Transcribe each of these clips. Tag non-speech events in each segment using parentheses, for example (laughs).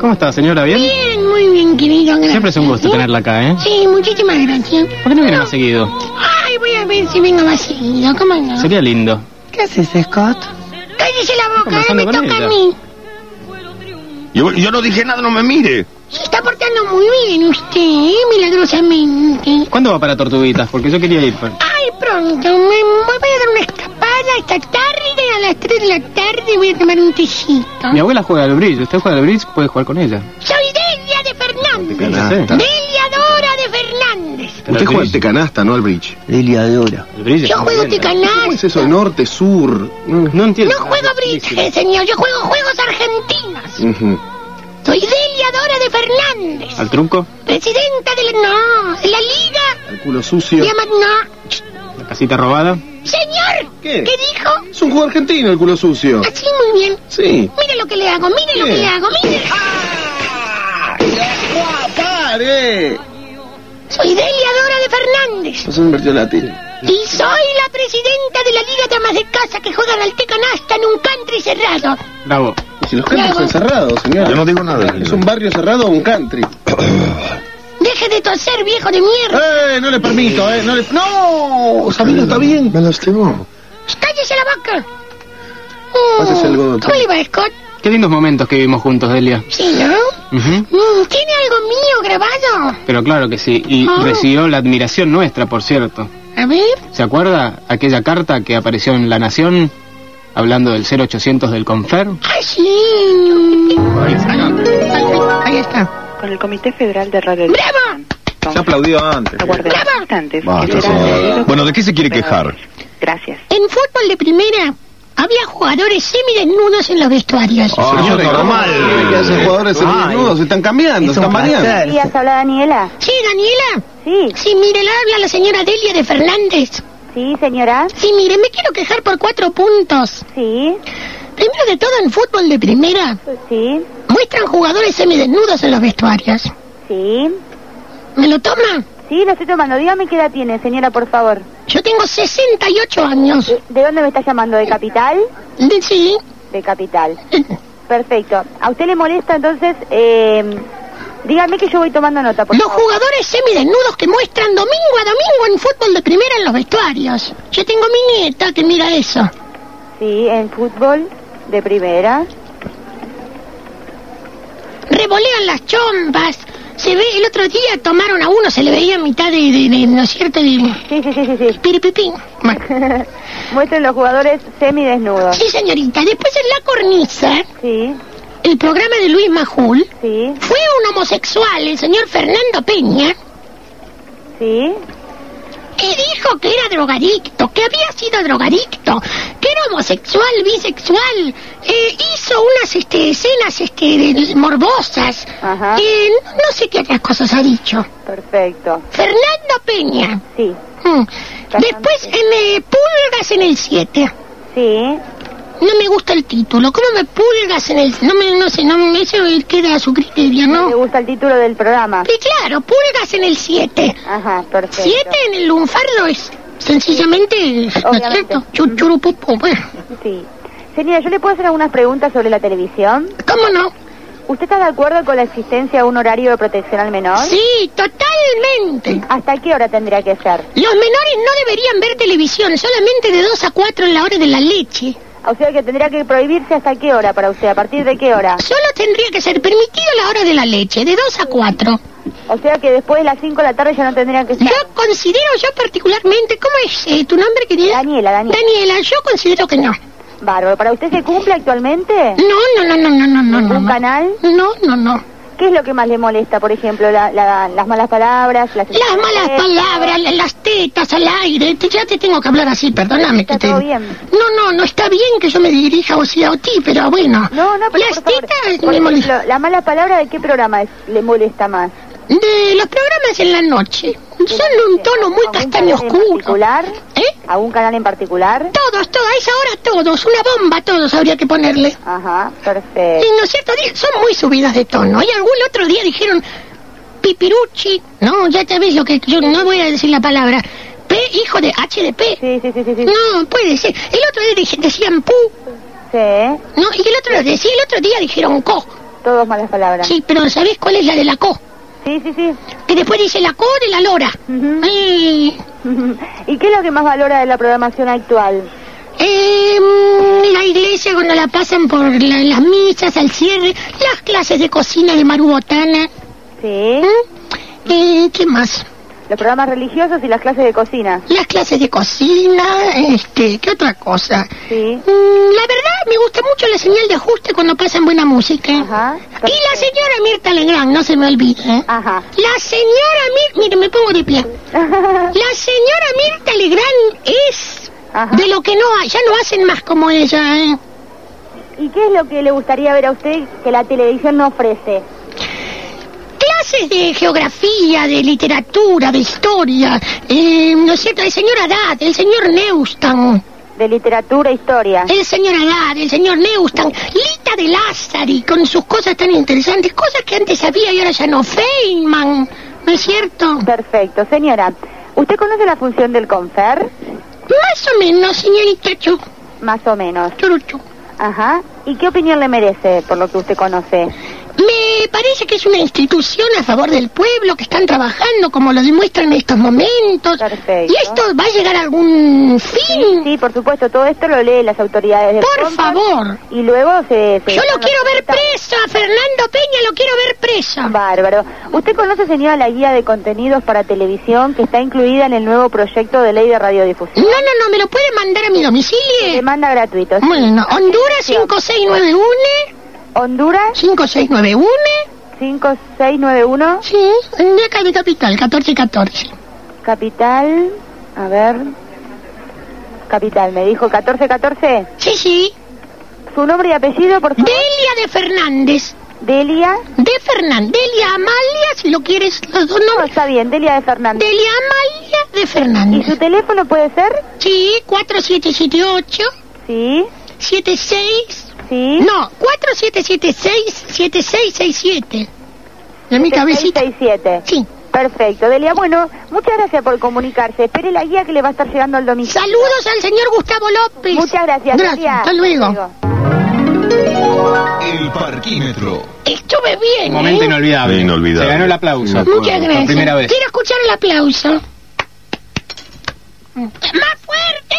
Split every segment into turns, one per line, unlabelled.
¿Cómo está, señora? ¿Bien?
Bien, muy bien, querido. Gracias.
Siempre es un gusto
¿Sí?
tenerla acá, ¿eh?
Sí, muchísimas gracias.
¿Por qué no viene más seguido?
Ay, voy a ver si vengo más seguido. ¿Cómo no?
Sería lindo.
¿Qué haces, Scott?
Cállese la boca, ahora me
conversando con
toca
ella.
a mí.
Yo, yo no dije nada, no me mire.
Se está portando muy bien usted, ¿eh? milagrosamente.
¿Cuándo va para Tortuguitas? Porque yo quería ir. pero-
Ay, pronto, me, me voy a dar una escapada esta tarde, a las 3 de la tarde voy a tomar un tecito.
Mi abuela juega al bridge. Usted juega al bridge, puede jugar con ella.
Soy Delia de Fernández.
Ya sé.
Canasta.
Delia Dora de Fernández.
Pero al
Usted juega
bridge-
este canasta, no al bridge.
Delia Dora.
al bridge
Yo
está
juego este
bien,
de
¿eh?
¿Cómo es
canasta.
eso? Norte, sur.
Mm, No
(laughs)
entiendo.
No juego bridge, señor, yo juego juegos argentinos.
Ujú.
Soy Delia Dora de Fernández.
¿Al truco?
Presidenta de la... No, de la Liga.
Al culo sucio.
Llama... No. Ch-
¿La casita robada?
Señor.
¿Qué?
dijo?
Es un juego argentino el culo sucio.
Así muy bien.
Sí.
Mire lo que le hago, mire lo
Bien.
que le hago, mire.
¡Pare!
Soy Delia Dora de Fernández.
Eso es un versión latín.
Y soy la presidenta de la Liga de Amas de Casa que juegan al té canasta en un country cerrado.
Bravo.
Si los country
Bravo.
son cerrados, señora.
Yo no digo nada, señor.
Es un barrio cerrado o un country.
Deje de toser, viejo de mierda.
¡Eh! No le permito, ¿eh? No le... ¡No! Sabino, está bien.
Me lastimó.
Cállese la boca. Mm,
Haces ¿Ah? algo, doctor.
¿Cómo le va, Scott?
Qué lindos momentos que vivimos juntos, Delia.
Sí, ¿no?
Ujú.
Mm, ¿Tiene algo mío grabado?
Pero claro que sí. Y
Ah.
recibió la admiración nuestra, por cierto.
A ver.
¿Se acuerda aquella carta que apareció en La Nación hablando del 0800 del Confer?
Ah, sí. Ahí está.
Con el Comité Federal de Radio
¡Bravo!
Con-
aplaudió antes.
Aguarden
¡Bravo!
instantes.
Basta,
que serán
señora.
leídos
Bueno, ¿de qué se quiere
por los
quejar?
operadores. Gracias.
En fútbol de primera había jugadores semidesnudos en los vestuarios.
Ah.
Ah,
Señor,
¿Qué hacen jugadores
Ah,
semidesnudos? Se están cambiando,
Es
se
un
están variando.
placer.
¿Sí has hablado, Daniela?
Sí, Daniela.
Sí,
Sí, mire, la habla la señora Delia de Fernández.
sí, señora.
Sí, mire, me quiero quejar por cuatro puntos.
Sí,
Primero de todo, en fútbol de primera
sí,
muestran jugadores semidesnudos en los vestuarios.
sí.
¿Me lo toma?
Sí, lo estoy tomando. Dígame qué edad tiene, señora, por favor.
Yo tengo 68 años.
¿De dónde me está llamando? ¿De capital?
De- Sí.
De capital. Perfecto. ¿A usted le molesta entonces? Eh, dígame que yo voy tomando nota, por
Los
favor.
jugadores semidesnudos que muestran domingo a domingo en fútbol de primera en los vestuarios. Yo tengo mi nieta que mira eso.
Sí, en fútbol de primera.
Revolean las chompas. Se ve, el otro día tomaron a uno, se le veía en mitad de, de- de- ¿no es cierto? De
Sí, sí, sí, sí, sí.
piripipín. Bueno.
Muestren los jugadores semidesnudos.
Sí, señorita. Después en La Cornisa,
Sí,
el programa de Luis Majul,
sí,
fue un homosexual, el señor Fernando Peña,
sí.
que dijo que era drogadicto, que había sido drogadicto, que era homosexual, bisexual, eh, hizo unas este, escenas este, de- morbosas,
Ajá.
eh, no- no sé qué otras cosas ha dicho.
Perfecto.
Fernando Peña.
Sí,
Mm. Después en eh, Pulgas en el 7.
sí.
No me gusta el título. ¿Cómo me pulgas en el.? No me, no sé, no me, eso queda a su criterio,
¿Le
¿no?
gusta el título del programa?
Y claro, pulgas en el 7.
Ajá, perfecto.
7 en el lunfardo es sencillamente. ¿No es
Obviamente.
cierto? Chu- churupupu, bueno.
Sí. Señora, yo le puedo hacer algunas preguntas sobre la televisión.
¿Cómo no?
¿Usted está de acuerdo con la existencia de un horario de protección al menor?
Sí, totalmente.
¿Hasta qué hora tendría que ser?
Los menores no deberían ver televisión, solamente de 2 a 4 en la hora de la leche.
O sea que tendría que prohibirse hasta qué hora para usted, a partir de qué hora.
Solo tendría que ser permitido la hora de la leche, de 2 a 4.
O sea que después de las 5 de la tarde ya no tendrían que estar.
Yo considero, yo particularmente, ¿cómo es eh, tu nombre, querida?
Daniela, Daniela.
Daniela, yo considero que no.
Bárbaro. ¿Para usted se cumple actualmente?
No, no, no, no, no, no, no. no,
¿Ningún
no.
canal?
No, no, no.
¿Qué es lo que más le molesta, por ejemplo? La- la- las malas palabras, las...
Las malas palabras, la- las tetas al aire. Te- ya te tengo que hablar así, perdóname.
Está
que te-
todo bien.
No, no, no está bien que yo me dirija o sea a ti, pero bueno.
No, no, pero
Las
por favor,
tetas
por
me
ejemplo,
molestan.
¿La mala palabra de qué programa es- le molesta más?
De los programas en la noche. Son un tono muy
¿Algún
castaño
canal en
oscuro.
particular?
¿Eh?
¿Algún canal en particular?
Todos, todos, a esa hora todos. Una bomba a todos habría que ponerle.
Ajá,
Y
perfecto.
no es cierto, di- son muy subidas de tono. Y algún otro día dijeron pipiruchi. No, ya te ves lo que yo no voy a decir la palabra. P, hijo de H de P.
Sí, sí, sí, sí, sí.
No, puede ser. El otro día dije- decían pu,
Sí, ¿eh?
¿no? Y el otro, día, sí, el otro día dijeron co.
todos malas palabras.
Sí, pero ¿sabés cuál es la de la co?
Sí, sí, (laughs) sí.
Que después dice la co de la lora.
Ujú.
Eh,
¿Y qué es lo que más valora de la programación actual?
eh, mm, la iglesia cuando la pasan por la- las misas, al cierre, las clases de cocina de Maru Botana.
Sí,
¿Mm? Eh, ¿Qué más?
los programas religiosos y las clases de cocina.
Las clases de cocina, este, ¿qué otra cosa?
Sí.
Mm, La verdad, me gusta mucho la señal de ajuste cuando pasan buena música.
Ajá.
Y la señora Mirta Legrand, no se me olvide. ¿eh?
Ajá. (laughs)
La señora Mirta, mire, me pongo de pie. La señora Mirta Legrand es
Ajá.
de lo que no hay, ya no hacen más como ella. ¿eh?
¿Y qué es lo que le gustaría ver a usted que la televisión no ofrece?
Clases de geografía, de literatura, de historia. eh, ¿No es cierto? El señor Haddad, el señor Neustan.
De literatura e historia.
El señor Haddad, el señor Neustan. Lita de Lázari, con sus cosas tan interesantes, cosas que antes sabía y ahora ya no. Feynman, ¿no es cierto?
Perfecto, señora. ¿Usted conoce la función del confer?
Más o menos, señorita Chu,
Más o menos.
Churuchu.
Ajá. ¿Y qué opinión le merece por lo que usted conoce?
(laughs) Me parece que es una institución a favor del pueblo que están trabajando como lo demuestran en estos momentos.
Perfecto.
¿Y esto va a llegar a algún fin?
Sí, por supuesto, todo esto lo lee las autoridades de
Por
Pompas
favor.
Y luego se... se-
Yo lo quiero ver
está-
preso, a Fernando Peña lo quiero ver preso.
Bárbaro. ¿Usted conoce, señora, la guía de contenidos para televisión que está incluida en el nuevo proyecto de ley de
No,
radiodifusión?
no, no, ¿me lo puede mandar a mi domicilio?
Demanda gratuito. sí.
Bueno, Honduras 5691,
Honduras
5691,
5691,
sí, de acá de Capital, 1414.
capital, a ver, capital, me dijo 1414.
Sí, sí,
Su nombre y apellido, por favor.
Delia de Fernández.
Delia.
De Fernández, Delia Amalia, si lo quieres, los dos
No,
nombres.
está bien, Delia de Fernández.
Delia Amalia de
¿Y su
Fernández.
teléfono puede ser?
Sí, 4778
Sí,
76
sí.
No, 4776 7667. De mi cabecita.
667.
Sí.
Perfecto, Delia. Bueno, muchas gracias por comunicarse. Espere la guía que le va a estar llegando al domicilio.
Saludos al señor Gustavo López.
Muchas gracias. Delia.
Gracias. Hasta luego.
El parquímetro.
Estuve bien.
Un momento
¿eh?
inolvidable.
Inolvidable.
Se ganó el aplauso.
No.
Muchas gracias.
primera vez.
Quiero escuchar el aplauso. ¡Más fuerte!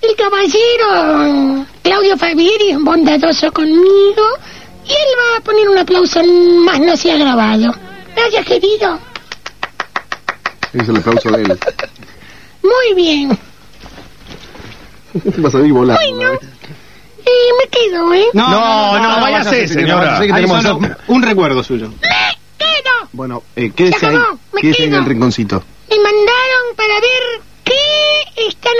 El caballero Claudio Fabieri es bondadoso conmigo y él va a poner un aplauso más no sea grabado. Gracias, querido.
Es el aplauso de él. (laughs)
Muy bien.
Vas a salir volando.
Bueno, eh, me quedo, ¿eh?
No,
no, no, váyase,
váyase,
señora.
váyase, que
Ahí
tenemos
solo-
un- un recuerdo suyo.
¡Me quedo!
Bueno, eh, quédese
Se
ahí.
acabó, me
Quédese ahí en
quedo.
el rinconcito.
Me mandaron para ver qué están